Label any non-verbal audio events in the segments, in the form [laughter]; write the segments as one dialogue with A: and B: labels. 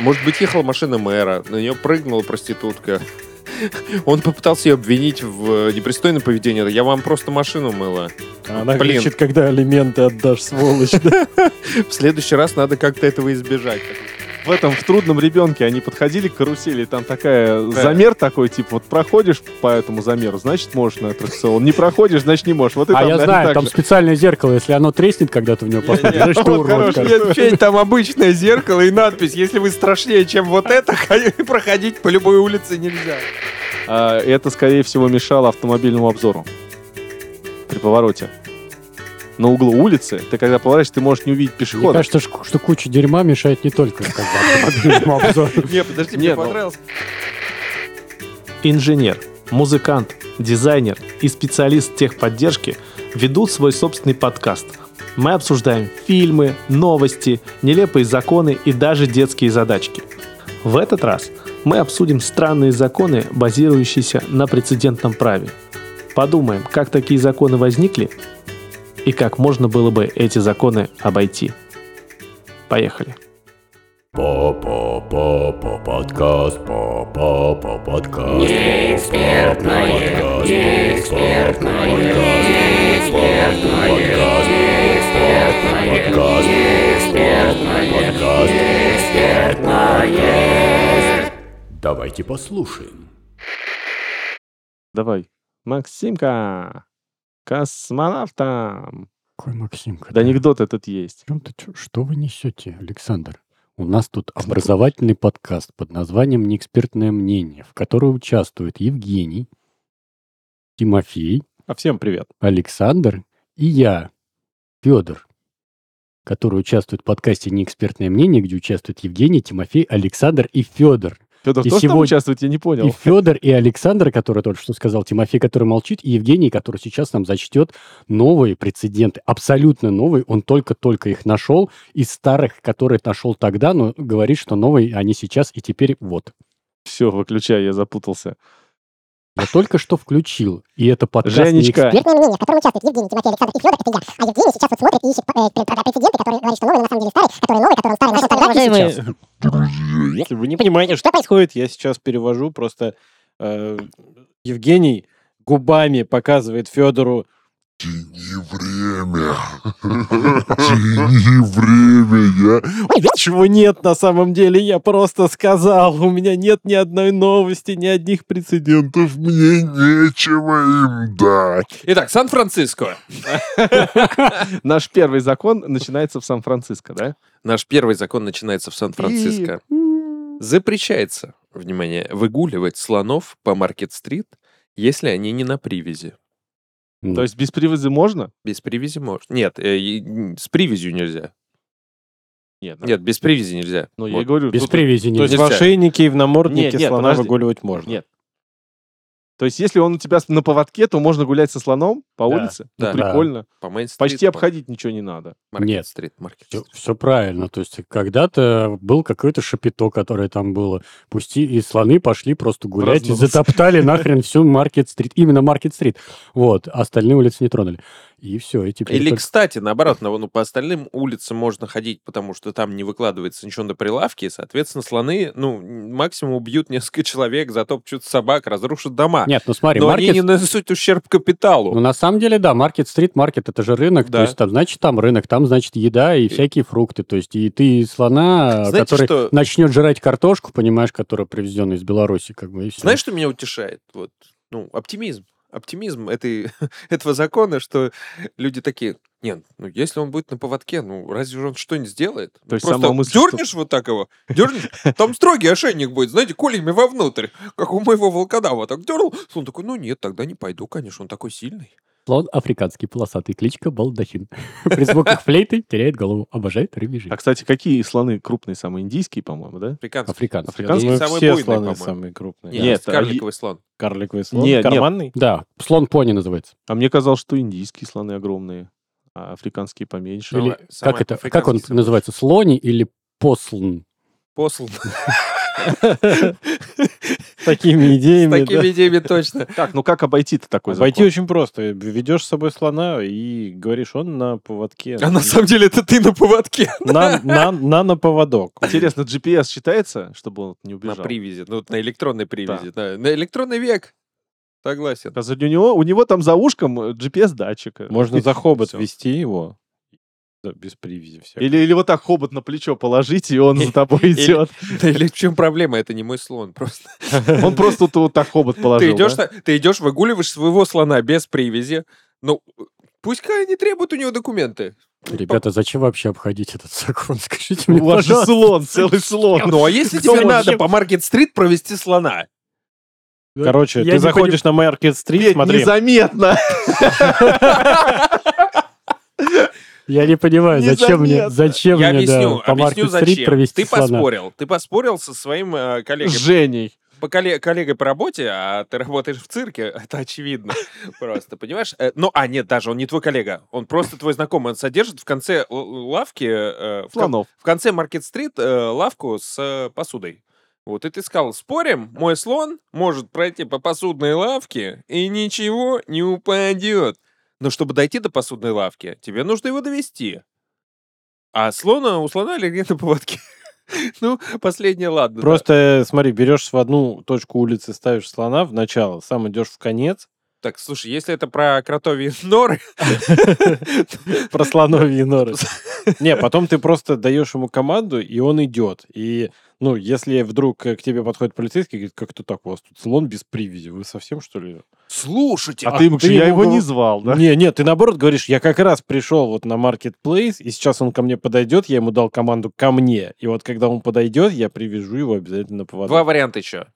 A: Может быть, ехала машина мэра, на нее прыгнула проститутка. Он попытался ее обвинить в э, непристойном поведении. Я вам просто машину мыла.
B: А Она
A: Блин.
B: кричит, когда алименты отдашь, сволочь.
C: [laughs] А
B: да.
A: В следующий раз надо как-то этого избежать.
D: В этом, в трудном ребенке они подходили к карусели, и там такая замер такой, типа, вот проходишь по этому замеру, значит, можешь на аттракцион. Не проходишь, значит, не можешь. Вот и
C: А
D: там,
C: я
D: наверное,
C: знаю,
D: так
C: там
D: же.
C: специальное зеркало, если оно треснет, когда ты в него посмотришь, значит, ты
D: Вот,
C: урод.
D: короче,
C: как.
E: Нет, Федь, там обычное зеркало и надпись. Если вы страшнее, чем вот это, [laughs] проходить по любой улице нельзя.
D: А, это, скорее всего, мешало автомобильному обзору при повороте. На углу улицы, ты когда поворачиваешь, ты можешь не увидеть
C: Мне
D: пешехода.
C: кажется, ш- что куча дерьма мешает не только
D: [laughs]
C: как бы, автомобильному обзору.
E: Не, подожди,
D: Не,
E: мне
D: ну-
E: понравилось.
F: Инженер, музыкант, дизайнер и специалист техподдержки ведут свой собственный подкаст. Мы обсуждаем фильмы, новости, нелепые законы и даже детские задачки. В этот раз мы обсудим странные законы, базирующиеся на прецедентном праве. Подумаем, как такие законы возникли и как можно было бы эти законы обойти. Поехали.
G: Папа подкаст, папа подкаст. Неэкспертное, неэкспертное, неэкспертное, подкаст, неэкспертное, подкаст, неэкспертное. Давайте послушаем.
D: Давай. Максимка, космонавтом.
C: Какой Максимка?
D: Да анекдот этот есть.
C: Чем ты, чё- что вы несете, Александр? У нас тут образовательный подкаст под названием «Неэкспертное мнение», в котором участвуют Евгений, Тимофей,
D: А всем привет.
C: Александр и я, Федор, который участвует в подкасте «Неэкспертное мнение», где участвуют Евгений, Тимофей, Александр и Федор.
D: Федор
C: И
D: тоже там
C: сегодня-
D: участвует? Я не
C: И
D: понял.
C: Федор, и Александр, который только что сказал, Тимофей, который молчит, и Евгений, который сейчас нам зачтет новые прецеденты, абсолютно новые. Он только-только их нашел из старых, которые нашел тогда, но говорит, что новые они сейчас и теперь вот.
D: Все, выключай, я запутался.
C: Я только что включил, и это подкаст
D: Женечка.
C: «Неэксперт».
H: экспертное мнение, в котором участвует Евгений, Тимофей, Александр и Федор, это я. А Евгений сейчас вот смотрит и ищет э, пре- пре- прецеденты, которые говорит, что новый, но на самом деле старый, который новый, который он старый, нашел тогда и сейчас.
I: Уважаемые друзья, если вы не понимаете, что происходит, я сейчас перевожу просто э, Евгений губами показывает Федору.
G: Тяни время, тяни время, я
I: Чего нет на самом деле, я просто сказал. У меня нет ни одной новости, ни одних прецедентов.
G: студентов мне нечего им дать.
E: Итак, Сан-Франциско.
D: Наш первый закон начинается в Сан-Франциско, да?
A: Наш первый закон начинается в Сан-Франциско. Запрещается, внимание, выгуливать слонов по Маркет-стрит, если они не на привязи.
C: Ну,
D: То есть без привоза можно?
A: Без привязи можно. Нет, э, и- м, с привязью нельзя.
D: Нет.
A: Нет, без привязи нельзя.
D: Ну, я
A: Вот.
D: и говорю,
C: без
D: тут-
C: привязи
I: То есть
C: нельзя.
I: в
A: Нельзя.
I: ошейнике и в наморднике
D: Нет, нет,
I: слона
D: подожди.
I: выгуливать можно.
D: Нет. То есть, если он у тебя с- на поводке, то можно гулять со слоном по
B: Да.
D: улице. Ну,
A: Да.
D: прикольно.
A: По Мейн-стрит,
D: Почти
A: по
D: обходить ничего не надо.
A: Маркет-стрит, Маркет-стрит.
C: Все, правильно. То есть когда-то был какой-то шапито, которое там было. Пусти, и слоны пошли просто гулять и
D: Праздноваться.
C: затоптали нахрен всю Маркет-стрит. Именно Маркет-стрит. Вот. Остальные улицы не тронули. И все, и теперь...
A: Или,
C: только-
A: кстати, наоборот, на- ну, по остальным улицам можно ходить, потому что там не выкладывается ничего на прилавки, и, соответственно, слоны, ну, максимум убьют несколько [laughs] человек, затопчут собак, разрушат дома.
C: Нет, ну смотри,
A: Но
C: Маркет...
A: они не нанесут ущерб
C: Ну,
A: капиталу.
C: на самом деле, да, маркет-стрит, маркет — это же рынок,
A: Да.
C: то есть там, значит, там рынок, там, значит, еда и всякие фрукты, то есть и ты слона,
A: Знаете,
C: который
A: что-
C: начнет жрать картошку, понимаешь, которая привезена из Беларуси, как бы, и все.
A: Знаешь, что меня утешает? Вот, ну, оптимизм. Оптимизм этой, [laughs] этого закона, что люди такие, нет, ну если он будет на поводке, ну разве же он что-нибудь сделает? Ну,
D: То есть
A: Просто
D: сама мысль, что-
A: дернешь вот так его, дернешь, там строгий ошейник будет, знаете, колями вовнутрь, как у моего волкодава. Так дернул, он такой, ну нет, тогда не пойду, конечно, он такой сильный.
C: Слон африканский полосатый, кличка Балдахин. [laughs] При звуках флейты теряет голову, обожает рыбий
D: А, кстати, какие слоны крупные самые? Индийские, по-моему, да?
A: Африканский.
C: Африканский.
A: Африканский?
C: Есть-
I: Думаю,
A: самый
I: все
A: буйный,
I: слоны
A: по-моему.
I: самые крупные.
A: Нет,
D: Нет, а
A: карликовый слон.
I: Карликовый слон?
D: Нет, нет. [laughs]
I: Карманный?
C: Да, слон пони называется.
D: А мне казалось, что индийские слоны огромные, а африканские поменьше.
A: Или- Самый
C: как это? Как он
A: африканский самый. [laughs]
C: называется?
D: [laughs]
C: Слони или послн?
A: Послан.
I: такими
E: С
I: идеями. да.
E: такими идеями точно.
D: Так, ну как обойти-то такой
I: Обойти
D: закон?
I: очень просто. Ведешь с собой слона и говоришь, он на поводке.
D: ну,
E: А на самом деле это ты на поводке.
I: На, на, на, на поводок.
D: Интересно, GPS считается, чтобы он не
A: На
D: убежал?
A: привязи. Ну, вот на электронной привязи. да. На электронный век. Согласен.
D: Раз А У него, у него там за ушком э, GPS-датчик.
I: [laughs]
D: [laughs]
I: Можно за хобот
D: Всё.
I: вести его. Да, без привязи всякой.
D: Или, или вот так хобот на плечо положить, и он за тобой
A: Или-
D: идет.
A: Да или в чем проблема? Это не мой слон. Просто
D: Он просто тут вот так хобот положил.
A: ты идешь,
D: да?
A: на- ты идешь, выгуливаешь своего слона без привязи. Ну, пусть они требуют у него документы.
C: Ребята, зачем вообще обходить этот закон? [laughs] Скажите мне,
D: У вас же
C: пожалуйста.
D: слон, целый слон.
A: Ну, а если
D: Кто
A: тебе
D: может?
A: надо по Маркет-стрит провести слона?
I: Короче,
D: Я
I: ты
D: не
I: заходишь на Маркет-стрит,
D: Петь,
I: смотри.
D: незаметно.
C: Я не понимаю, зачем мне,
D: Незаметно.
C: зачем
A: Я
C: мне да,
A: объясню,
C: по
A: объясню
C: Маркет-стрит
A: зачем.
C: провести
A: Ты
C: слона?
A: поспорил. Ты поспорил со своим э,
D: С
A: коллегой.
D: Женей.
A: По колле- коллегой по работе, а ты работаешь в цирке, [laughs] это очевидно. Просто, понимаешь? Э, Ну, а нет, даже он не твой коллега. Он просто твой знакомый. Он содержит в конце л- лавки... э, в кон-
D: Слонов.
A: в конце Маркет-стрит э, лавку с э, посудой. Вот, и ты сказал, спорим, мой слон может пройти по посудной лавке и ничего не упадет. Но чтобы дойти до посудной лавки, тебе нужно его довести. А слона у слона или на поводке? [laughs] Ну, последнее, ладно. да.
I: Просто, э, смотри, берешь в одну точку улицы, ставишь слона в начало, сам идешь в конец,
A: Так, слушай, если это про кротовьи [laughs] норы,
I: про слоновьи норы.
D: [laughs]
I: Не, потом ты просто даешь ему команду, и он идет. И, ну, если вдруг э, к тебе подходит полицейский и говорит, как-то так, у вас тут слон без привязи, вы совсем, что ли?
A: слушайте,
D: А
A: а
D: ты ему
I: ты
D: говоришь, я
I: ему
D: его не
I: гов-
D: звал, да?
I: Не, нет, ты наоборот говоришь, я как раз пришел вот на маркетплейс, и сейчас он ко мне подойдет, я ему дал команду ко мне. И вот когда он подойдет, я привяжу его обязательно на поводок.
A: Два варианта еще.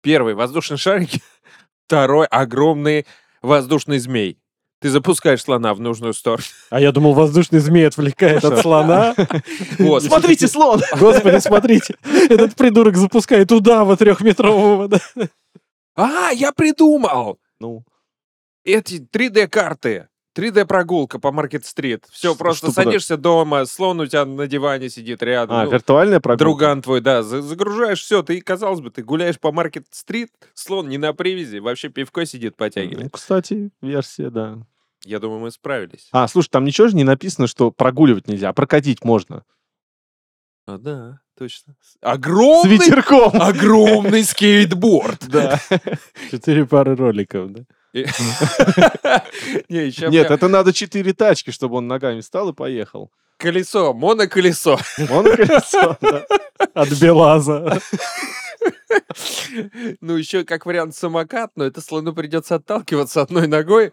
A: Первый — воздушные шарики. [laughs] Второй — огромный воздушный змей. Ты запускаешь слона в нужную сторону.
I: А я думал, воздушный змей отвлекает от слона.
A: [laughs] Вот.
D: Смотрите, слон!
I: [laughs] Господи, смотрите, этот придурок запускает удава трехметрового. да.
A: А, я придумал!
D: Ну,
A: Эти 3D-карты. 3D-прогулка по Маркет-стрит. Все, просто
D: что куда?
A: садишься дома, слон у тебя на диване сидит рядом.
D: а,
A: ну,
D: виртуальная прогулка?
A: Друган твой, да, за- загружаешь все, ты, казалось бы, ты гуляешь по Маркет-стрит, слон не на привязи, вообще пивко сидит,
D: Ну,
A: потягивает.
D: кстати, версия, да.
A: Я думаю, мы справились.
D: А, слушай, там ничего же не написано, что прогуливать нельзя, а прокатить можно.
A: А, да, точно.
D: С
A: Огромный,
D: ветерком! [laughs]
A: огромный скейтборд. Да.
I: Четыре пары роликов, да?
A: [laughs] Не, еще
D: Нет, это надо четыре тачки, чтобы он ногами встал и поехал.
A: колесо, моноколесо.
D: Он [laughs] колесо, да.
I: От Белаза.
A: [laughs] Ну, еще как вариант самокат, но это слону придется отталкиваться одной ногой.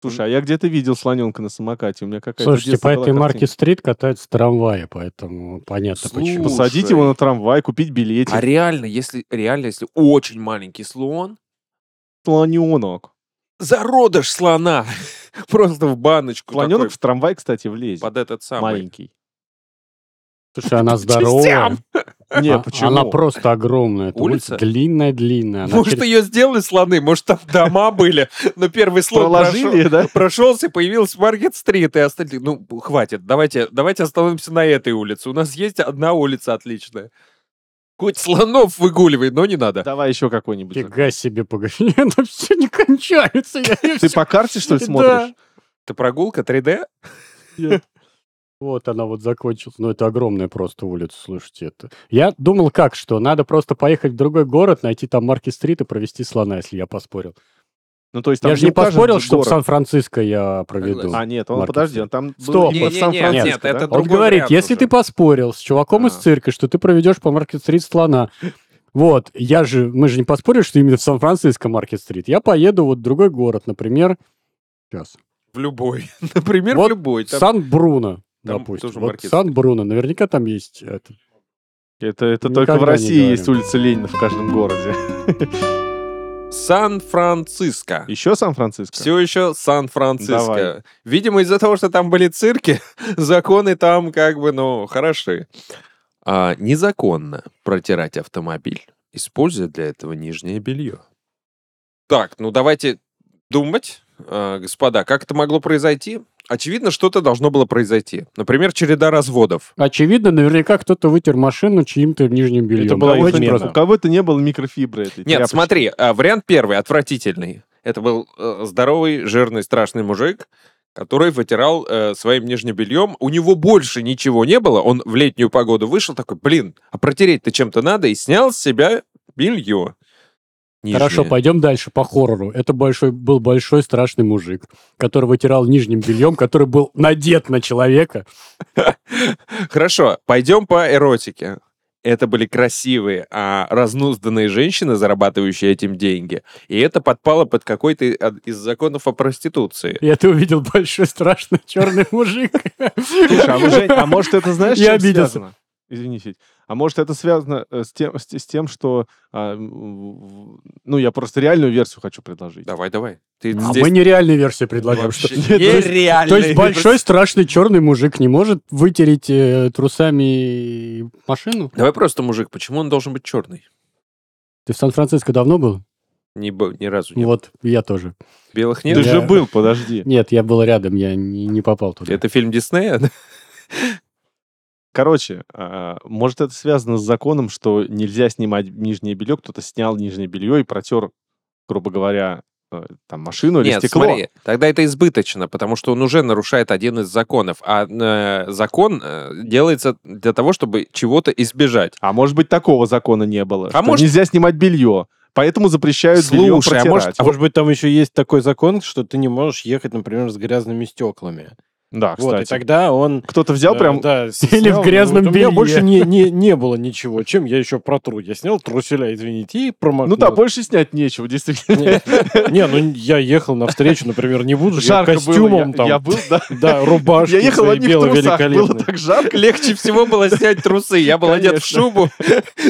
D: Слушай, а я где-то видел слоненка на самокате. У меня какая-то
C: Слушайте, по
D: детство была
C: этой
D: картинка.
C: Маркет-стрит катаются трамваи, поэтому понятно почему.
A: Слушай. ну,
D: Посадить его на трамвай, купить билетик.
A: А реально, если реально, если очень маленький слон,
D: Слоненок.
A: зародыш слона [laughs] просто в баночку Ну, такой,
D: Слоненок в трамвай, кстати, влезет.
A: под этот самый.
D: Маленький.
C: Слушай, она здоровая.
D: Не,
C: А-
D: почему?
C: Она просто огромная. Эта
A: Улица?
C: улица длинная-длинная. Она
A: Может,
C: через-
A: ее сделали слоны, может, там дома были, [laughs] но первый слон прошел- [laughs]
D: Проложили, да?
A: прошелся, появился Маркет-стрит, и остальные... Ну, хватит, давайте, давайте остановимся на этой улице. У нас есть одна улица отличная. Хоть слонов выгуливай, но не надо.
D: Давай еще какой-нибудь.
C: Фига себе, погоди. [laughs] Это все не кончается. я не
D: Ты
C: всё-
D: по карте, что ли,
C: Да.
D: смотришь?
A: Это прогулка 3D?
C: Вот она вот закончилась. Ну, это огромная просто улица, слушайте. Это. Я думал как, что надо просто поехать в другой город, найти там Маркет-стрит и провести слона, если я поспорил.
D: Ну, то есть там
C: я же не
D: указан
C: поспорил, что в
D: город.
C: Сан-Франциско я проведу.
A: Согласен.
D: А, нет, он,
C: Маркет.
D: подожди, он там... был
C: Стоп.
D: именно в
A: Не-не-не,
D: Сан-Франциско,
A: нет,
D: да?
A: это
C: Он
A: другой
C: говорит,
A: вариант
C: если
A: уже.
C: ты поспорил с чуваком из
A: А.
C: цирка, что ты проведешь по Маркет-стрит слона, вот, я же, мы же не поспорили, что именно в Сан-Франциско Маркет-стрит. Я поеду вот в другой город, например, сейчас,
A: В любой. [laughs] Например, в
C: Вот
A: любой. Там-
C: Сан-Бруно,
A: Там
C: допустим.
A: тоже
C: Вот
A: Маркет-стрит.
C: Сан-Бруно, наверняка там есть это.
D: Это, это
C: Никогда
D: только в
C: не
D: России
C: говорим.
D: есть улица Ленина в каждом [laughs] городе.
A: Сан-Франциско.
D: Еще Сан-Франциско?
A: Все еще Сан-Франциско.
D: Давай.
A: Видимо, из-за того, что там были цирки, [laughs] законы там как бы, ну, хороши. А, незаконно протирать автомобиль, используя для этого нижнее белье. А, Так, ну давайте думать, э, господа, как это могло произойти? Очевидно, что-то должно было произойти. Например, череда разводов.
C: Очевидно, наверняка кто-то вытер машину чьим-то нижним бельем.
I: Это была
C: Да,
I: их
C: очень
I: смена.
C: просто.
D: У кого-то не было микрофибры этой
A: Нет,
D: тряпочки.
A: смотри, а, вариант первый, отвратительный. Это был э, здоровый, жирный, страшный мужик, который вытирал э, своим нижним бельем. У него больше ничего не было. Он в летнюю погоду вышел такой, блин, а протереть-то чем-то надо, и снял с себя белье.
C: Хорошо, пойдем дальше по хоррору. Это большой, был большой страшный мужик, который вытирал нижним бельем, который был надет на человека.
A: Хорошо, пойдем по эротике. Это были красивые, а разнузданные женщины, зарабатывающие этим деньги. И это подпало под какой-то од- из законов о проституции.
C: И это увидел большой страшный черный мужик.
D: Слушай, а, вы,
C: [laughs]
D: Жень, а может это знаешь,
C: Я
D: чем
C: обиделся.
D: связано? Извини, Федь. А может это связано э, с тем, с, с тем что... а, м, в- ну, я просто реальную версию хочу предложить.
A: Давай, давай. Ты
C: А
A: здесь
C: мы нереальные версии предлагаем. что-
A: вообще
C: [laughs] То есть-
A: нереальный.
C: То есть большой страшный черный мужик не может вытереть э, трусами машину?
A: Давай просто, мужик, почему он должен быть черный?
C: Ты в Сан-Франциско давно был?
A: Ни, бо- ни разу не
C: Вот, я тоже.
A: белых
D: Ну, Ты
A: нет.
D: же
C: Я-
D: был, подожди.
C: Нет, я был рядом, я не, не попал туда.
A: Это фильм Диснея?
D: Короче, а, может это связано с законом, что нельзя снимать нижнее белье, кто-то снял нижнее белье и протер, грубо говоря, э, там машину или
A: Нет,
D: стекло.
A: смотри, тогда это избыточно, потому что он уже нарушает один из законов. А э, закон э, делается для того, чтобы чего-то избежать.
D: А может быть такого закона не было, что
A: может-
D: нельзя снимать белье, поэтому запрещают бельё
A: Слушай, а может-
D: протирать.
I: А А может быть, там еще есть такой закон, что ты не можешь ехать, например, с грязными стеклами.
D: Да,
A: А,
I: Вот, и
D: кстати.
I: тогда он...
D: Кто-то взял
I: э,
D: прям... [laughs]
I: да, с-
C: Или в
I: снял,
C: грязном
I: «Вот У меня
C: белье».
I: больше не, не, не было ничего. Чем я еще протру? Я снял труселя, извините, и промокнул.
D: Ну да, больше снять нечего, действительно. [laughs]
I: Не, не, ну я ехал навстречу, например, не буду же я
D: Жарко было.
I: костюмом
D: я-
I: там.
D: Я был, да.
I: Да, рубашки
D: Я ехал в
I: свои
D: одних
I: белые
D: трусах, было
I: великолепные.
D: так жарко.
I: [laughs]
A: Легче всего было снять трусы. Я был одет в
D: Конечно.
A: шубу,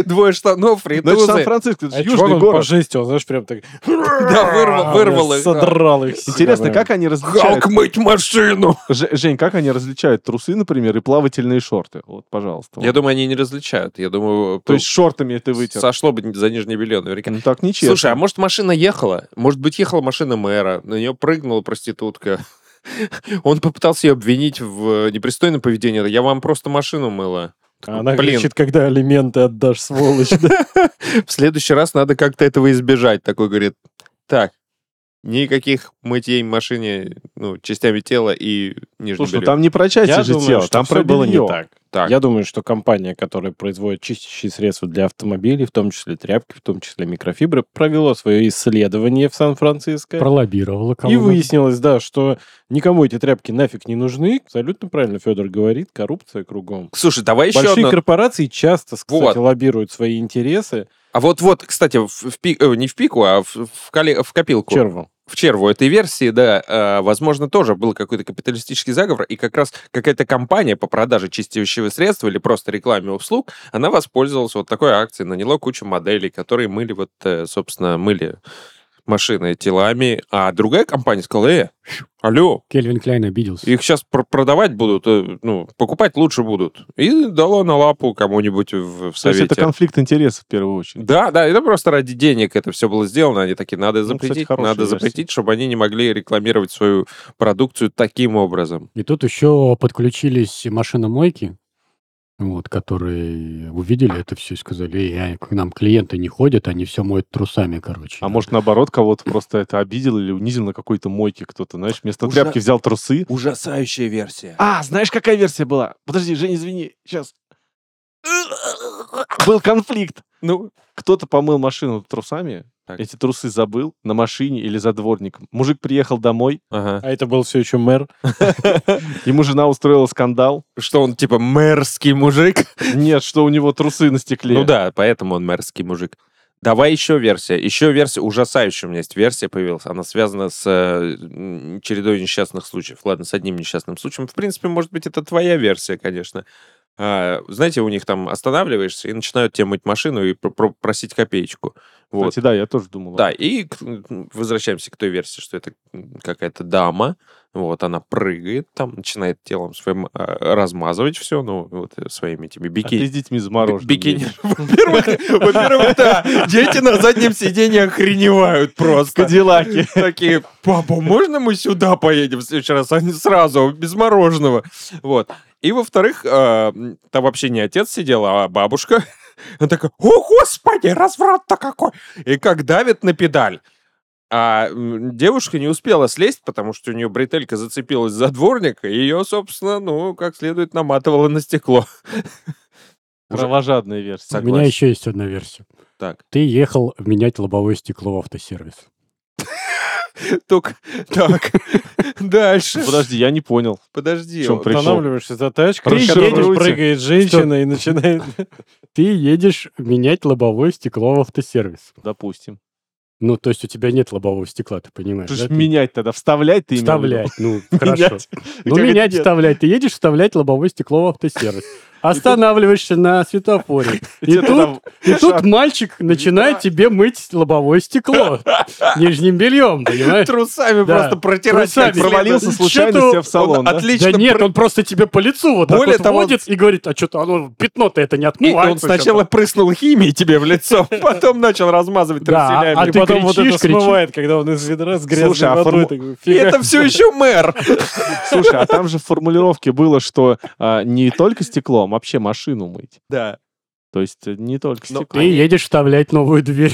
A: двое штанов,
D: Ну, это же
A: ритузы.
D: Сан-Франциско, это
I: А
D: же
I: чувак,
D: южный
I: он по
D: город.
I: жести, он, знаешь, прям так... а,
A: Да, вырвал, вырвал их. да.
I: Содрал их. с себя
D: Интересно,
I: прям.
D: как они различают...
A: Халк мыть машину!
D: Ж- Жень, как они различают трусы, например, и плавательные шорты? Вот, пожалуйста.
A: Я думаю, они не различают. Я думаю,
D: То есть шортами ты вытер.
A: сошло бы за нижнее белье наверняка.
D: Ну так нечестно.
A: Слушай, а может машина ехала? Может быть, ехала машина мэра, на нее прыгнула проститутка. [laughs] Он попытался ее обвинить в э, непристойном поведении. Я вам просто машину мыла.
I: А Она
A: Блин.
I: кричит, когда алименты отдашь, сволочь. да.
A: В следующий раз надо как-то этого избежать. Такой говорит, так, никаких мытьей машине, ну, частями тела и нижнего
D: Слушай, ну
A: белья.
D: там не про части же тело,
I: что
D: там
I: всё
D: про
I: было
D: белье.
I: не так.
A: Так.
I: Я думаю, что компания, которая производит чистящие средства для автомобилей, в том числе тряпки, в том числе микрофибры, провела свое исследование в Сан-Франциско.
C: Пролоббировала
I: И
C: кого-то.
I: выяснилось, да, что никому эти тряпки нафиг не нужны. Абсолютно правильно Федор говорит, коррупция кругом.
A: Слушай, давай еще
I: Большие
A: одно.
I: корпорации часто, кстати,
A: Вот.
I: лоббируют свои интересы.
A: А вот-вот, кстати, в, в пи- э, не в пику, а в, в кали- в копилку.
I: Черву.
A: в черву этой версии, да, э, возможно, тоже был какой-то капиталистический заговор, и как раз какая-то компания по продаже чистящего средства или просто рекламе услуг, она воспользовалась вот такой акцией, наняла кучу моделей, которые мыли вот, э, собственно, мыли машины телами, а другая компания сказала, э, алло,
C: Кельвин Клайн обиделся.
A: их сейчас продавать будут, э, ну, покупать лучше будут. И дала на лапу кому-нибудь в, в
D: То есть
A: совете.
D: это конфликт интересов в первую очередь.
A: Да, да, это просто ради денег это все было сделано. Они такие, надо
D: Ну, кстати,
A: запретить,
D: хорошая
A: надо
D: версия.
A: запретить, чтобы они не могли рекламировать свою продукцию таким образом.
C: И тут еще подключились машиномойки, вот, которые увидели это все и сказали, «Эй, а к нам клиенты не ходят, они все моют трусами, короче.
D: А может, наоборот, кого-то просто это обидел или унизил на какой-то мойке кто-то, знаешь, вместо
A: Ужа-
D: тряпки взял трусы.
A: Ужасающая версия.
D: А, знаешь, какая версия была? Подожди, Жень, извини, сейчас. Был конфликт.
A: Ну,
D: Кто-то помыл машину трусами,
A: Так.
D: эти трусы забыл на машине или за дворником. Мужик приехал домой,
A: ага.
I: А это был все еще мэр.
D: ему жена устроила скандал.
A: Что он типа мэрский мужик?
D: Нет, что у него трусы на стекле.
A: Ну да, поэтому он мэрский мужик. Давай еще версия. Еще версия, ужасающая у меня есть версия появилась. Она связана с э, м, чередой несчастных случаев. Ладно, с одним несчастным случаем. В принципе, может быть, это твоя версия, конечно. А, знаете, у них там останавливаешься и начинают тебе мыть машину и про- про- просить копеечку. Вот.
D: Кстати, да, я тоже думал.
A: Да, и к- к- возвращаемся к той версии, что это какая-то дама, вот, она прыгает там, начинает телом своим а, размазывать все, ну, вот, э, своими этими
D: А ты
A: бикини.
D: с детьми замороженными.
A: Бикини. [laughs]
E: Во-первых, во-первых, да, дети на заднем сиденье охреневают просто.
D: [laughs] Кадиллаки.
E: Такие, папа, можно мы сюда поедем в следующий раз, а не сразу, без мороженого?
A: Вот. И, во-вторых, э, там вообще не отец сидел, а бабушка. Она такая, о, господи, разврат-то какой! И как давит на педаль. А м, девушка не успела слезть, потому что у нее бретелька зацепилась за дворник, и ее, собственно, ну, как следует, наматывала на стекло. [laughs]
D: Кровожадная версия.
A: Так.
C: У меня
A: Согласен.
C: еще есть одна версия.
A: Так.
C: Ты ехал менять лобовое стекло в автосервис.
A: Только так. [laughs] Дальше.
D: Подожди, я не понял.
A: Подожди.
D: В чем
A: вот.
D: причина?
I: Останавливаешься за тачкой,
D: Расшифруйте.
I: едешь, прыгает женщина и начинает...
C: [laughs] Ты едешь менять лобовое стекло в автосервис.
D: Допустим.
C: Ну, то есть у тебя нет лобового стекла, ты понимаешь,
D: Что ж
C: да? Ты
D: менять тогда? Вставлять ты имел в виду?
C: Вставлять, ну, хорошо. Ну,
D: Как это
C: менять,
D: нет?
C: вставлять. Ты едешь вставлять лобовое стекло в автосервис. Останавливаешься на светофоре. И
D: Где-то
C: тут,
D: там
C: и тут мальчик начинает тебе мыть лобовое стекло нижним бельем, понимаешь?
E: Трусами
C: Да.
E: просто протирать.
C: Трусами.
E: как следует.
D: провалился
C: Чё
D: случайно
C: ты-
D: себе в салон,
E: Он
D: да?
E: отлично
C: Да нет, он просто тебе по лицу вот так
E: Более
C: вот
E: того, он-
C: водит и говорит, а что-то оно пятно-то это не
E: И он
C: отмывается.
E: сначала прыснул химией тебе в
A: [laughs]
E: лицо, потом начал размазывать
C: Да,
E: труселями.
C: а
A: Типа,
I: И
C: ты
I: потом вот это
C: кричишь, кричишь.
I: смывает, когда он из ведра с
D: Слушай,
I: грязной
D: а
I: водой.
D: форму-
I: такой,
E: И
I: фига.
E: это все еще мэр.
D: Слушай, а там же в формулировке было, что а, не только стеклом, вообще машину мыть.
E: Да.
D: То есть э, не только
A: Но-
D: стекло.
C: Ты едешь вставлять новую дверь.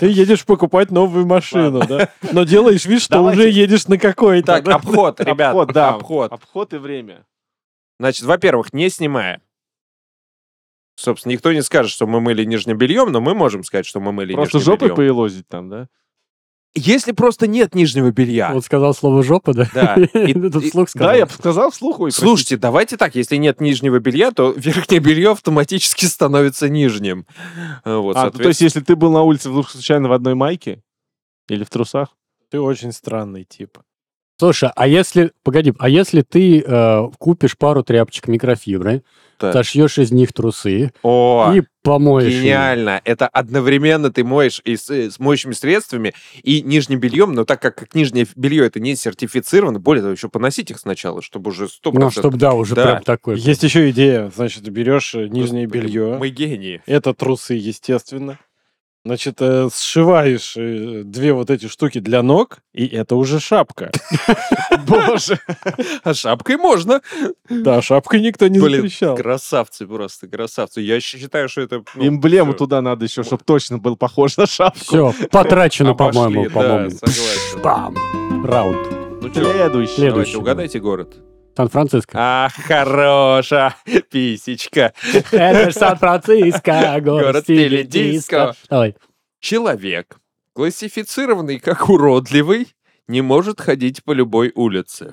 I: Ты едешь покупать новую машину, да? Но делаешь вид, что
D: Давайте.
I: уже едешь на какой-то.
A: Так,
I: да?
A: обход, ребят.
D: Обход, да.
A: Обход.
D: Обход и время.
A: Значит, во-первых, не снимая. Собственно, никто не скажет, что мы мыли нижним бельем, но мы можем сказать, что мы мыли
D: Просто
A: нижним
D: жопой
A: бельем.
D: поелозить там, да?
A: Если просто нет нижнего белья.
C: [laughs] Он сказал слово жопа, да? [laughs]
A: Да. И-
C: Этот
A: и-
C: вслух сказал.
D: Да, я бы сказал вслух. ой,
A: Слушайте, давайте так, если нет нижнего белья, то [laughs] верхнее белье автоматически становится нижним. Э, Вот,
D: простите. А, ну, то есть если ты был на улице вдруг случайно в одной майке или в трусах,
I: Ты очень странный тип.
C: Слушай, а если, погоди, а если ты э, купишь пару тряпочек микрофибры,
A: Так.
C: сошьешь из них трусы
A: О,
C: и помоешь. ими?
A: гениально. Это одновременно ты моешь и с, э, с моющими средствами, и нижним бельем, но так как, как нижнее белье это не сертифицировано, более того, еще поносить их сначала, чтобы уже 100%.
C: Ну, чтобы, да, уже
A: Да.
C: прям такой.
I: Есть еще идея. Значит, берешь э, нижнее
A: Господи,
I: белье.
A: Мы
I: [laughs]
A: гении.
I: Это трусы, естественно. Значит, э, сшиваешь э, две вот эти штуки для ног, и это уже шапка.
A: Боже. [laughs] А шапкой можно.
I: Да, шапкой никто не
A: Блин,
I: запрещал.
A: Красавцы просто, красавцы. Я щ- считаю, что это... ну,
D: эмблему
A: всё,
D: туда надо еще, чтобы точно был похож на шапку.
A: [laughs]
C: Все, потрачено,
A: обошли,
C: по-моему,
A: да,
C: по-моему.
A: согласен.
C: Бам! Раунд.
A: Ну чё,
D: Следующий.
A: давайте
C: Следующий.
A: угадайте город.
C: Сан-Франциско.
A: А, хороша [laughs] писечка.
C: [laughs] Это ж Сан-Франциско,
A: [laughs] Город
C: город
A: стиля
C: стиле
A: диско.
C: диско. Давай.
A: Человек, классифицированный как уродливый, не может ходить по любой улице.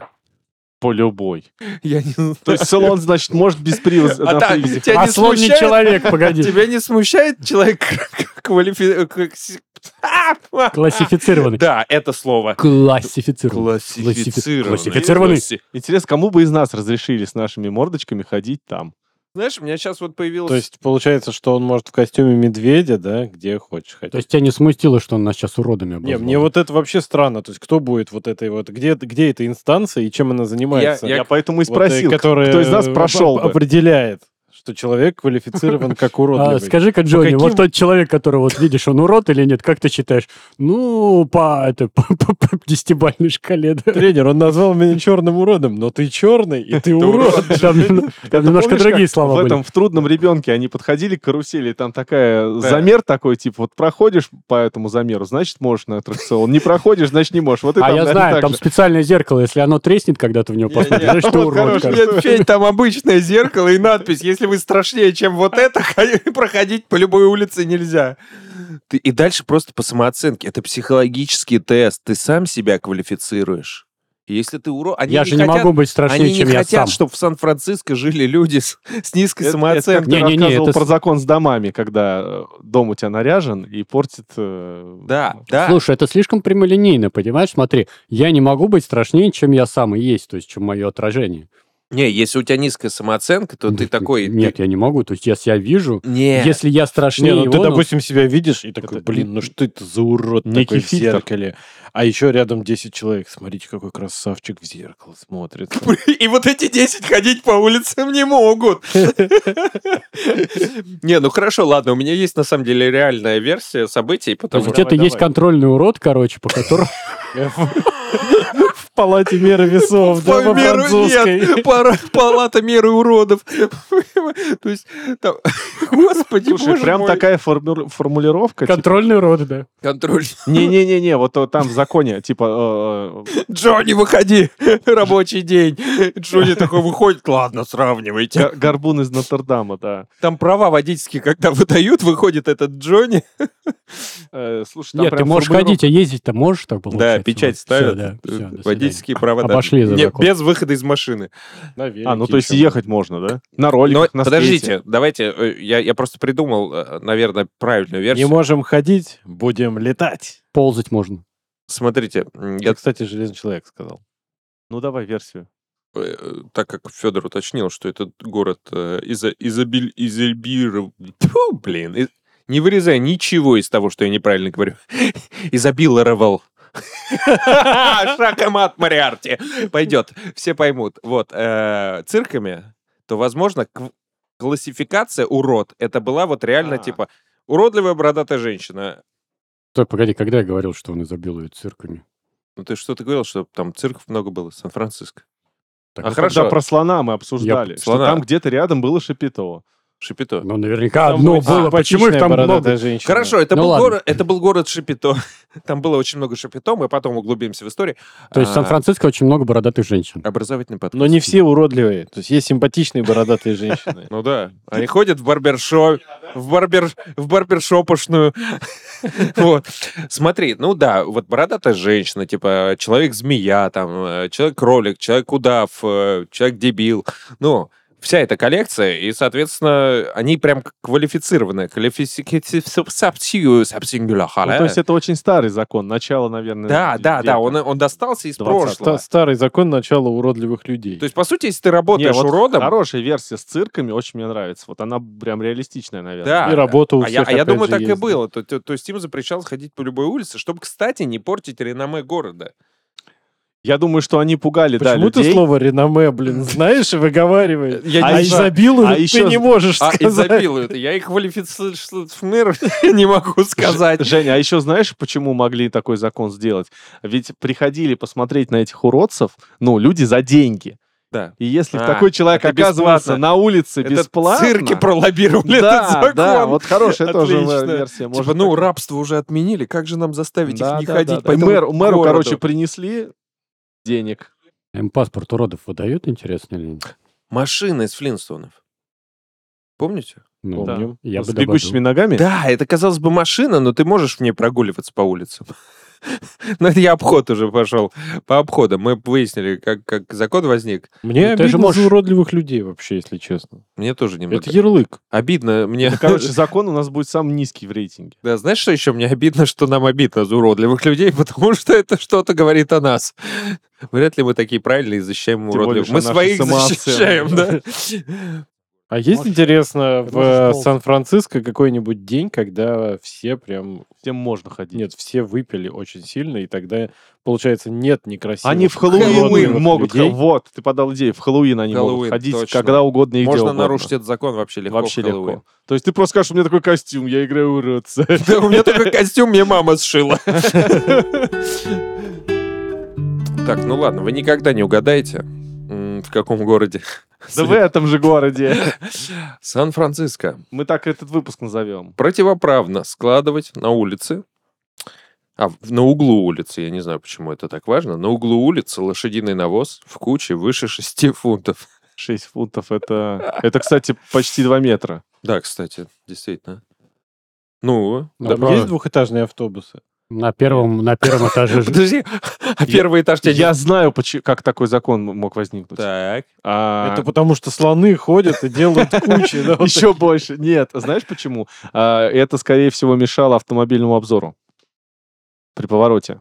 D: По любой.
A: Я не знаю.
D: То есть салон, значит, может без привоза.
A: А
D: на
A: так,
D: привязи.
A: тебя
C: А
A: не
C: слон не
A: смущает? [laughs]
C: человек, погоди.
A: Тебя не смущает человек [laughs] квалифи- как си- А!
C: Классифицированный.
A: Да, это слово.
C: Классифицированный.
A: Классифицированный.
C: Классифицированный.
A: Класси-
D: Интересно, кому бы из нас разрешили с нашими мордочками ходить там?
A: Знаешь, у меня сейчас вот появилось...
I: То есть получается, что он может в костюме медведя, да, где хочешь ходить.
C: То есть тебя не смутило, что он нас сейчас уродами
I: Не,
C: обозвал?
I: мне вот это вообще странно. То есть кто будет вот этой вот... Где, где эта инстанция и чем она занимается?
A: Я
D: Я,
A: к-
D: поэтому и
I: Вот, э,
D: спросил,
I: которая
D: кто из нас
I: э,
D: прошел
I: оп-
D: бы.
I: Определяет, что человек квалифицирован [laughs] как
C: А,
I: уродливый.
C: Скажи-ка, Джонни,
I: каким-
C: вот тот человек, которого вот видишь, он урод или нет? Как ты считаешь? Ну, по, это, по, по- по десятибалльной шкале. да.
I: Тренер, он назвал меня черным уродом, но ты черный, [laughs] и ты урод.
C: Там немно- там
D: Это
C: немножко
D: помнишь,
C: другие
D: как
C: слова
D: В
C: были.
D: этом в трудном ребенке они подходили к карусели, и там такая замер такой, типа, вот проходишь по этому замеру, значит, можешь на аттракцион. Не проходишь, значит, не можешь. Вот и
C: А
D: там,
C: я
D: наверное,
C: знаю,
D: так
C: там
D: же.
C: специальное зеркало, если оно треснет, когда ты в него посмотришь, значит, ты
D: Вот
C: урод.
D: хороший
C: как.
E: Нет, Федь, там обычное зеркало и надпись. Если вы страшнее, чем
A: [laughs]
E: вот это, проходить по любой улице нельзя.
A: Ты- и дальше просто по самооценке. Это психологический тест. Ты сам себя квалифицируешь. И Если ты урод... Они
C: Я же не
A: хотят-
C: могу быть страшнее,
A: Они не
C: чем я сам.
A: хотят, чтобы в Сан-Франциско жили люди с, с низкой
D: Это- это как
A: самооценкой.
D: ты
C: Не-не-не,
D: рассказывал
C: это с-
D: про закон с домами, когда э, дом у тебя наряжен и портит... э,
A: Да, да.
C: Слушай, это слишком прямолинейно, понимаешь? Смотри, я не могу быть страшнее, чем я сам и есть, то есть, чем мое отражение.
A: Не, если у тебя низкая самооценка, то ты
C: ну, Нет,
A: такой...
C: Нет, я не могу. То есть я себя вижу.
A: Нет. [laughs]
C: Если я
I: Не,
C: страшнее
I: ну
C: его,
I: ты,
C: ну,
I: допустим, себя видишь и такой,
C: Это
I: блин, ну что это за урод
D: некий
I: такой в
D: фильтр.
I: зеркале? А еще рядом 10 человек, смотрите, какой красавчик в зеркало
A: [laughs]
I: смотрит.
E: И вот эти 10 ходить по улицам не
C: [laughs]
E: могут.
A: Не, ну хорошо, ладно, у меня есть на самом деле реальная версия событий,
C: то
A: потому
C: есть
A: что...
C: это есть контрольный урод, короче, по которому...
I: В палате меры весов, да,
A: По
I: по
A: миру
I: французской. [laughs]
A: нет,
C: [laughs]
A: пара- палата меры уродов. [laughs] То есть, там, [laughs] господи,
D: Слушай,
A: боже Типа,
D: прям
A: мой.
D: такая форму- формулировка. типа,
C: Контрольный урод, да.
A: Контроль.
D: Не-не-не-не, вот э, там в законе, типа, э,
A: Джонни, выходи, [laughs] рабочий день. Джонни такой выходит, ладно, сравнивайте.
D: га- горбун из Нотр-Дама, да.
A: Там права водительские, когда выдают, выходит этот Джонни.
D: Э, Слушай, там
C: Нет, ты
D: прям
C: можешь
D: формулировка-
C: ходить, а ездить-то можешь так
A: Да,
C: получается?
A: печать
C: Всё,
A: ставят. э,
C: да, всё, до свидания.
A: Водительские права, да.
C: Обошли за
A: Не,
C: закон.
A: Без выхода из машины.
D: А, ну то есть ехать можно, да? На роликах,
A: Но
D: на скейте.
A: подождите, давайте, э, я, я просто придумал, э, наверное, правильную
I: Не
A: версию.
I: можем ходить, будем летать.
C: Ползать можно.
A: Смотрите, м, я,
I: Я, кстати, Железный Человек сказал.
D: Ну давай версию.
A: э, так как Федор уточнил, что этот город э, иза, изобиль, изобилиров- Тьфу, блин, и- не вырезай ничего из того, что я неправильно говорю. [laughs] Изобилировал. Шакомат Мариарти. Пойдет, все поймут. Вот, э, цирками, то, возможно, кв- классификация урод, это была вот реально,
D: А.
A: типа, уродливая бородатая женщина.
C: Стой, погоди, когда я говорил, что он изобилует цирками?
A: Ну, ты что-то говорил, что там цирков много было, Сан-Франциско.
C: Так
A: а
C: это
A: хорошо,
D: Когда про слона мы обсуждали,
A: Я-
D: что
A: слона.
D: там где-то рядом было Шапито.
A: Шипито.
C: Ну, наверняка
I: Там
C: одно
I: будет
A: А,
C: было. Почему их
I: симпатичная
C: там
I: бородатая
C: много?
I: женщина.
A: Хорошо, это,
C: Ну
A: был
C: ладно.
A: город, это был город Шапито. [laughs] Там было очень много Шапито, мы потом углубимся в историю.
C: То есть в
A: А,
C: Сан-Франциско очень много бородатых женщин.
A: Образовательный подкаст.
I: Но не все уродливые. То есть есть
A: [laughs]
I: симпатичные бородатые женщины.
A: Ну да, они ходят в барбершоп, в, барбер, в барбершопошную. [laughs] Вот. Смотри, ну да, вот бородатая женщина, типа человек-змея, там, э, человек-кролик, человек-удав, э, человек-дебил. Ну, вся эта коллекция, и, соответственно, они прям квалифицированы.
D: Ну, то есть это очень старый закон, начало, наверное.
A: Да, да,
D: века.
A: да, он, он достался из
D: 20.
I: Ста-
A: прошлого.
I: Старый закон начала уродливых людей.
A: То есть, по сути, если ты
D: Не,
A: работаешь
D: вот
A: уродом,
D: Хорошая версия с цирками, очень мне нравится. Вот она прям реалистичная, наверное.
A: да.
I: И работа у
A: а я,
I: всех
A: а я
I: опять
A: думаю,
I: же,
A: так и
I: есть, да.
A: было. То, то- то есть им запрещалось ходить по любой улице, чтобы, кстати, не портить реноме города.
D: Я думаю, что они пугали, да,
I: Почему ты
D: людей.
I: слово
A: [laughs]
I: реноме, блин, знаешь и выговариваешь?
A: Я
I: а
A: не знаю.
I: изобилуют
D: А
I: ты
D: еще-
I: не можешь
A: А,
I: сказать.
A: изобилуют. Я их [laughs] квалифицирую не могу сказать.
D: Женя, а еще знаешь, почему могли такой закон сделать? Ведь приходили посмотреть на этих уродцев, ну, люди за деньги.
A: Да.
D: И если
A: А,
D: такой человек
A: это
D: оказывается
A: бесплатно.
D: на улице
A: Это
D: бесплатно...
A: цирки пролоббировали этот
D: [laughs] да,
A: закон.
D: да, вот хорошая тоже
A: Отлично.
D: версия.
A: Типа,
D: может
A: ну,
D: быть.
A: рабство уже отменили, как же нам заставить
D: Да,
A: их не
D: да,
A: ходить
D: да, да.
A: по
D: И
A: этому
D: мэру, мэру,
A: городу?
D: короче, принесли денег.
C: Им паспорт уродов выдают, интересно или нет?
A: Машина из Флинстонов. Помните?
C: Ну,
D: Да.
I: Помню.
C: я
D: с
C: бы
D: бегущими ногами?
A: Да, это, казалось бы, машина, но ты можешь в ней прогуливаться по улицам. [laughs] Но это я обход уже пошел. По обходам. Мы выяснили, как, как закон возник.
I: Мне
C: Ну, ты же
I: обидно
C: можешь-
I: за уродливых людей вообще, если честно.
A: Мне тоже немного
I: Это ярлык.
A: обидно. Мне...
D: Это, Ну, короче, закон у нас будет самый низкий в рейтинге.
A: [laughs] Да, знаешь, что еще мне обидно, что нам обидно за уродливых людей, [laughs] потому что это что-то говорит о нас. Вряд ли мы такие правильные и защищаем
D: более,
A: уродливых.
D: что
A: Мы
D: наша
A: своих
D: самооценка.
A: защищаем,
D: [laughs]
A: да.
I: А есть,
C: Можешь-
I: интересно, в
C: можешь
I: э,
C: ползать.
I: Сан-Франциско какой-нибудь день, когда все прям...
D: Всем можно ходить.
I: Нет, все выпили очень сильно, и тогда, получается, нет некрасивых...
D: Они А в Хэллоуин
I: уродливых
D: могут...
I: людей.
D: Вот, ты подал идею. В Хэллоуин они
A: Хэллоуин,
D: могут ходить
A: точно.
D: когда угодно и где
A: Можно
D: угодно.
A: нарушить этот закон вообще легко. в
D: Вообще
A: Хэллоуин.
D: легко. То есть ты просто скажешь, у меня такой костюм, я играю уродца.
A: [laughs] Да, у меня только костюм мне мама сшила. Так, ну ладно, вы никогда не угадаете, м, в каком городе.
D: Да в этом же городе.
A: Сан-Франциско.
D: Мы так этот выпуск назовем.
A: Противоправно складывать на улице, а в- на углу улицы, я не знаю, почему это так важно, на углу улицы лошадиный навоз в куче выше 6 фунтов.
D: 6 фунтов это... Это, кстати, почти 2 метра.
A: Да, кстати, действительно. Ну,
C: Ну,
A: да,
I: Там есть двухэтажные автобусы?
C: На первом, на первом этаже ж-
A: подожди, а первый этаж тебя не-
D: Я знаю, почи- как такой закон мог возникнуть.
A: Так,
D: А,
I: Это потому что слоны ходят и делают кучи. да, вот
D: Еще больше. Нет, знаешь почему? А, Это, скорее всего, мешало автомобильному обзору при повороте.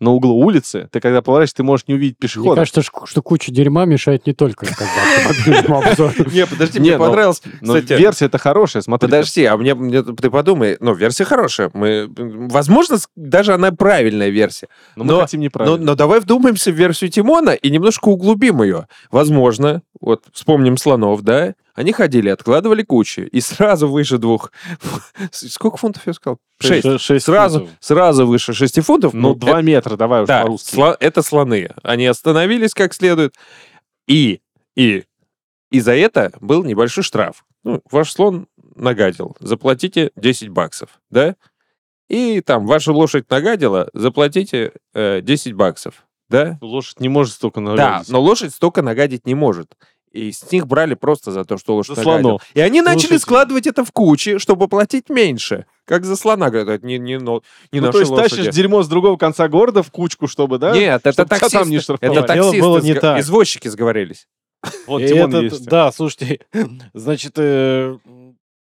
D: на углу улицы, ты когда поворачиваешь, ты можешь не увидеть
C: Мне
D: пешехода.
C: кажется, ш- что куча дерьма мешает не только как бы, автомобильному обзору.
A: Не, подожди,
D: Не,
A: мне
D: ну,
A: понравилось.
D: Но
A: Кстати,
D: версия это хорошая, смотри.
A: Подожди, а мне, мне- ты подумай, ну, версия хорошая. Мы, возможно, с- даже она правильная версия.
D: Но, мы
A: но-
D: хотим
A: Но,
D: неправильно.
A: но давай вдумаемся в версию Тимона и немножко углубим ее. Возможно, вот вспомним слонов, да? Они ходили, откладывали кучи, и сразу выше двух... [laughs] Сколько фунтов я сказал? Шесть.
I: Шесть
A: Сразу,
I: фунтов.
A: сразу выше шести фунтов.
D: Ну, два метра, давай уж
A: Да,
D: по-русски.
A: сло- это слоны. Они остановились как следует. И, и, и за это был небольшой штраф. Ну, ваш слон нагадил. Заплатите 10 баксов, да? И там ваша лошадь нагадила, заплатите э, 10 баксов, да?
D: Лошадь не может столько
A: Да, ну,
D: нагадить.
A: но лошадь столько нагадить не может. И с них брали просто за то, что лошадь
D: За
A: нагадила.
D: слонов.
A: И они начали
D: Слушайте.
A: складывать это в кучи, чтобы платить меньше. Как за слона, говорят, не, не, но- не
D: Ну,
A: наши
D: то есть
A: лошади.
D: тащишь дерьмо с другого конца города в кучку, чтобы, да?
A: Нет, это
D: Чтоб тебя
A: таксисты.
D: там не штрафовали.
A: это
I: Дело
A: таксисты,
I: было не
A: сго-
I: так.
A: извозчики сговорились.
D: Вот
I: И
D: Тимон
I: этот-
D: есть.
I: Да, слушайте, [laughs] значит, э,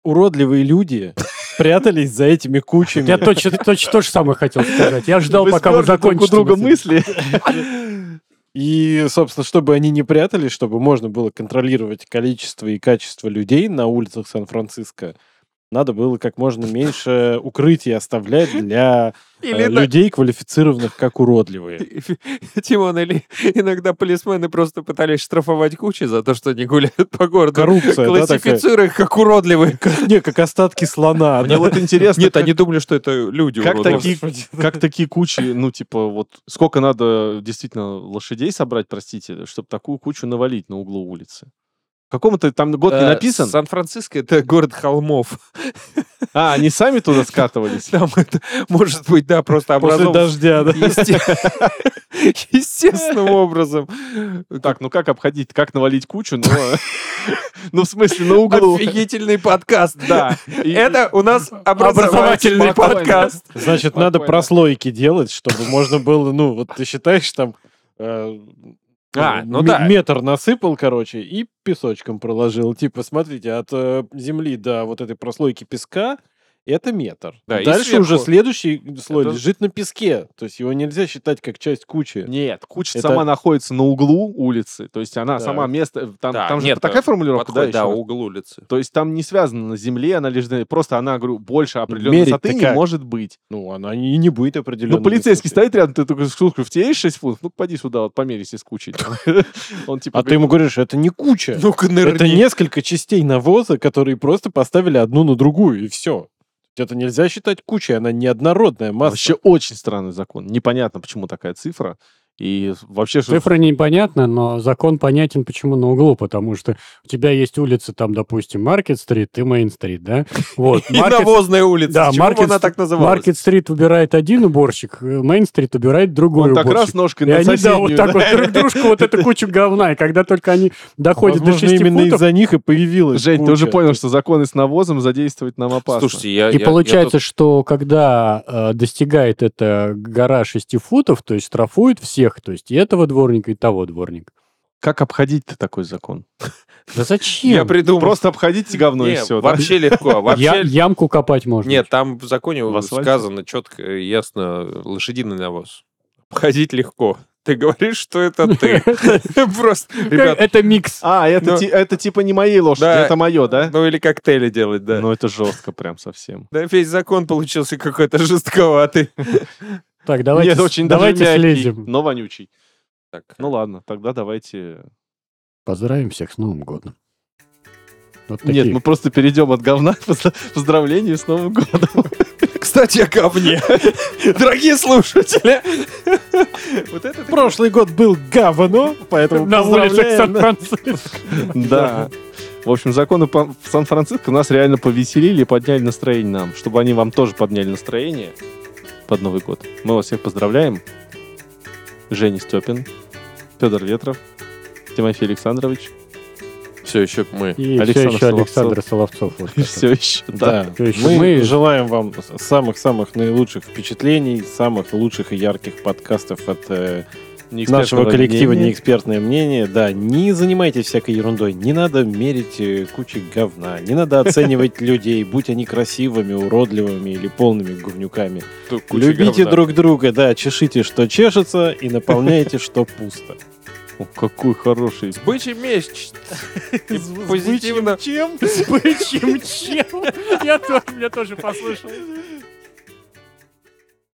I: уродливые люди [laughs] прятались за этими кучами.
C: Я точно, точно то же самое хотел сказать. Я ждал,
D: Вы
C: пока вы
D: сперли друг у
C: закончите.
D: друга
C: мысль.
D: мысли.
I: [laughs] И, собственно, чтобы они не прятались, чтобы можно было контролировать количество и качество людей на улицах Сан-Франциско, надо было как можно меньше укрытий оставлять для э,
A: Или на-
I: людей, квалифицированных как уродливые.
A: [laughs] Тимон, или иногда полисмены просто пытались штрафовать кучи за то, что не гуляют по городу.
I: Коррупция, да, такая?
A: Классифицируя их как уродливые.
I: Не, как остатки слона.
D: Мне
I: да.
D: вот интересно,
A: Нет,
D: как-
A: они думали, что это люди
D: как
A: уродливые.
D: такие, [laughs] как такие кучи, ну, типа, вот сколько надо действительно лошадей собрать, простите, чтобы такую кучу навалить на углу улицы? В Какому-то там год не
A: Э,
D: написан.
A: Сан-Франциско — это [laughs] город холмов. [laughs]
D: А, они сами туда скатывались.
A: Там это, может быть, да, просто [laughs]
I: После
A: образован
I: дождя, да.
A: есте- [laughs] естественным образом.
D: Так, ну как обходить, как навалить кучу, но... [laughs] Ну, в смысле, на углу.
A: Офигительный подкаст, [laughs] да.
D: И-
A: Это у нас образовательный подкаст.
I: Значит, надо прослойки делать, чтобы можно было, ну, вот ты считаешь там... э,
A: А, ну
I: м-
A: да.
I: Метр насыпал, короче, и песочком проложил. Типа, смотрите, от э, земли до вот этой прослойки песка это метр.
A: Да, и
I: Дальше
A: сверху-
I: уже следующий слой
A: Это-
I: лежит на песке. То есть его нельзя считать как часть кучи.
D: Нет, куча
I: Это-
D: сама находится на углу улицы, то есть она
I: Так.
D: сама место... Там,
A: Так,
D: там же
A: нет,
D: такая формулировка, да,
A: Подходит, да,
D: еще раз?
A: угол улицы.
D: То есть там не связано на земле, она лишь... на- Просто она, говорю, больше определенной
I: мерить-то
D: высоты не
I: как?
D: может быть.
I: Ну, она и не будет определенно.
D: Ну, полицейский стоит рядом, ты только слушай, в тебе есть 6 фунтов? Ну, поди сюда, вот померись с кучей. [laughs] Он типа...
I: А ты ему говоришь, это не куча.
A: Ну-ка,
I: Это несколько частей навоза, которые просто поставили одну на другую, и все. Это нельзя считать кучей, она неоднородная масса.
D: Вообще очень странный закон. Непонятно, почему такая цифра. И вообще... что-
C: Цифра непонятна, но закон понятен почему на углу, потому что у тебя есть улица, там, допустим, Маркет-стрит и Мейн-стрит, да?
D: [laughs]
C: Вот,
A: И
C: Market-
A: навозная улица.
C: Да,
A: Почему
C: Market
A: она
C: Street-
A: так называлась?
C: Маркет-стрит выбирает один уборщик, э, Мейн-стрит убирает другой
D: Он так
C: уборщик.
D: раз ножкой
C: И
D: на
C: они, да, вот
D: соседнюю,
C: так вот друг дружку вот эту кучу говна. И когда только они доходят
I: Возможно,
C: до 6
I: именно
C: футов,
I: из-за них и появилась
D: Жень, ты уже
I: куча.
D: понял, что законы с навозом задействовать нам опасно.
A: я...
C: И получается, что когда э, достигает эта гора 6 футов, то есть штрафует всех, то есть и этого дворника, и того дворника.
D: Как обходить-то такой закон?
C: Да
A: Я
C: зачем?
A: придумал.
D: Ну, Просто обходите говно и
A: Не,
D: все.
A: Вообще
D: [laughs]
A: легко.
C: Я-
A: Вообще...
C: ямку копать можно.
A: Нет, там в законе
D: В асфальте?
A: сказано четко и ясно лошадиный навоз. Обходить легко. Ты говоришь, что это ты.
D: [laughs]
A: Просто,
C: Э,
A: ребят,
C: Это микс.
D: А, это,
A: Ну-
D: ти- это типа не моей лошади,
A: Да.
D: это мое, да?
A: ну или коктейли делать, да.
D: Ну это жестко прям совсем.
A: Да весь закон получился какой-то жестковатый.
C: Так, давайте,
D: Нет,
C: с-
D: очень даже
C: давайте
D: мягкий,
C: слезем.
D: но вонючий.
A: Так,
D: Ну ладно, тогда давайте...
C: Поздравим всех с Новым годом. Вот
D: Нет,
C: такие.
D: мы просто перейдем от говна к позд- поздравлению с Новым годом.
A: Кстати, о говне. [laughs] Дорогие слушатели. [laughs] Вот это
I: Прошлый год был говно,
D: ну,
I: поэтому
C: на улицах
I: поздравляем.
C: Сан-Франциско.
D: Да. В общем, законы по- в Сан-Франциско нас реально повеселили и подняли настроение нам, чтобы они вам тоже подняли настроение под Новый год. Мы вас всех поздравляем. Женя Степин, Федор Ветров, Тимофей Александрович.
A: все еще мы.
C: И все
D: Александр
C: еще
D: Соловцов.
C: Александр Соловцов. вот это.
D: Все еще, да.
I: Да.
C: То есть
I: Мы,
C: мы-
I: желаем вам с- самых-самых наилучших впечатлений, самых лучших и ярких подкастов от э, нашего
D: неэкспертного
I: коллектива
D: мнения.
I: неэкспертное мнение. Да, не занимайтесь всякой ерундой. Не надо мерить э, кучей говна. Не надо оценивать [laughs] людей, будь они красивыми, уродливыми или полными говнюками. Любите друг друга, да, чешите, что чешется, и наполняйте, что пусто.
D: О, какой хороший.
A: Бычий меч. И Позитивно.
J: Чем? С бычьим чем? Я тоже, меня тоже послушал.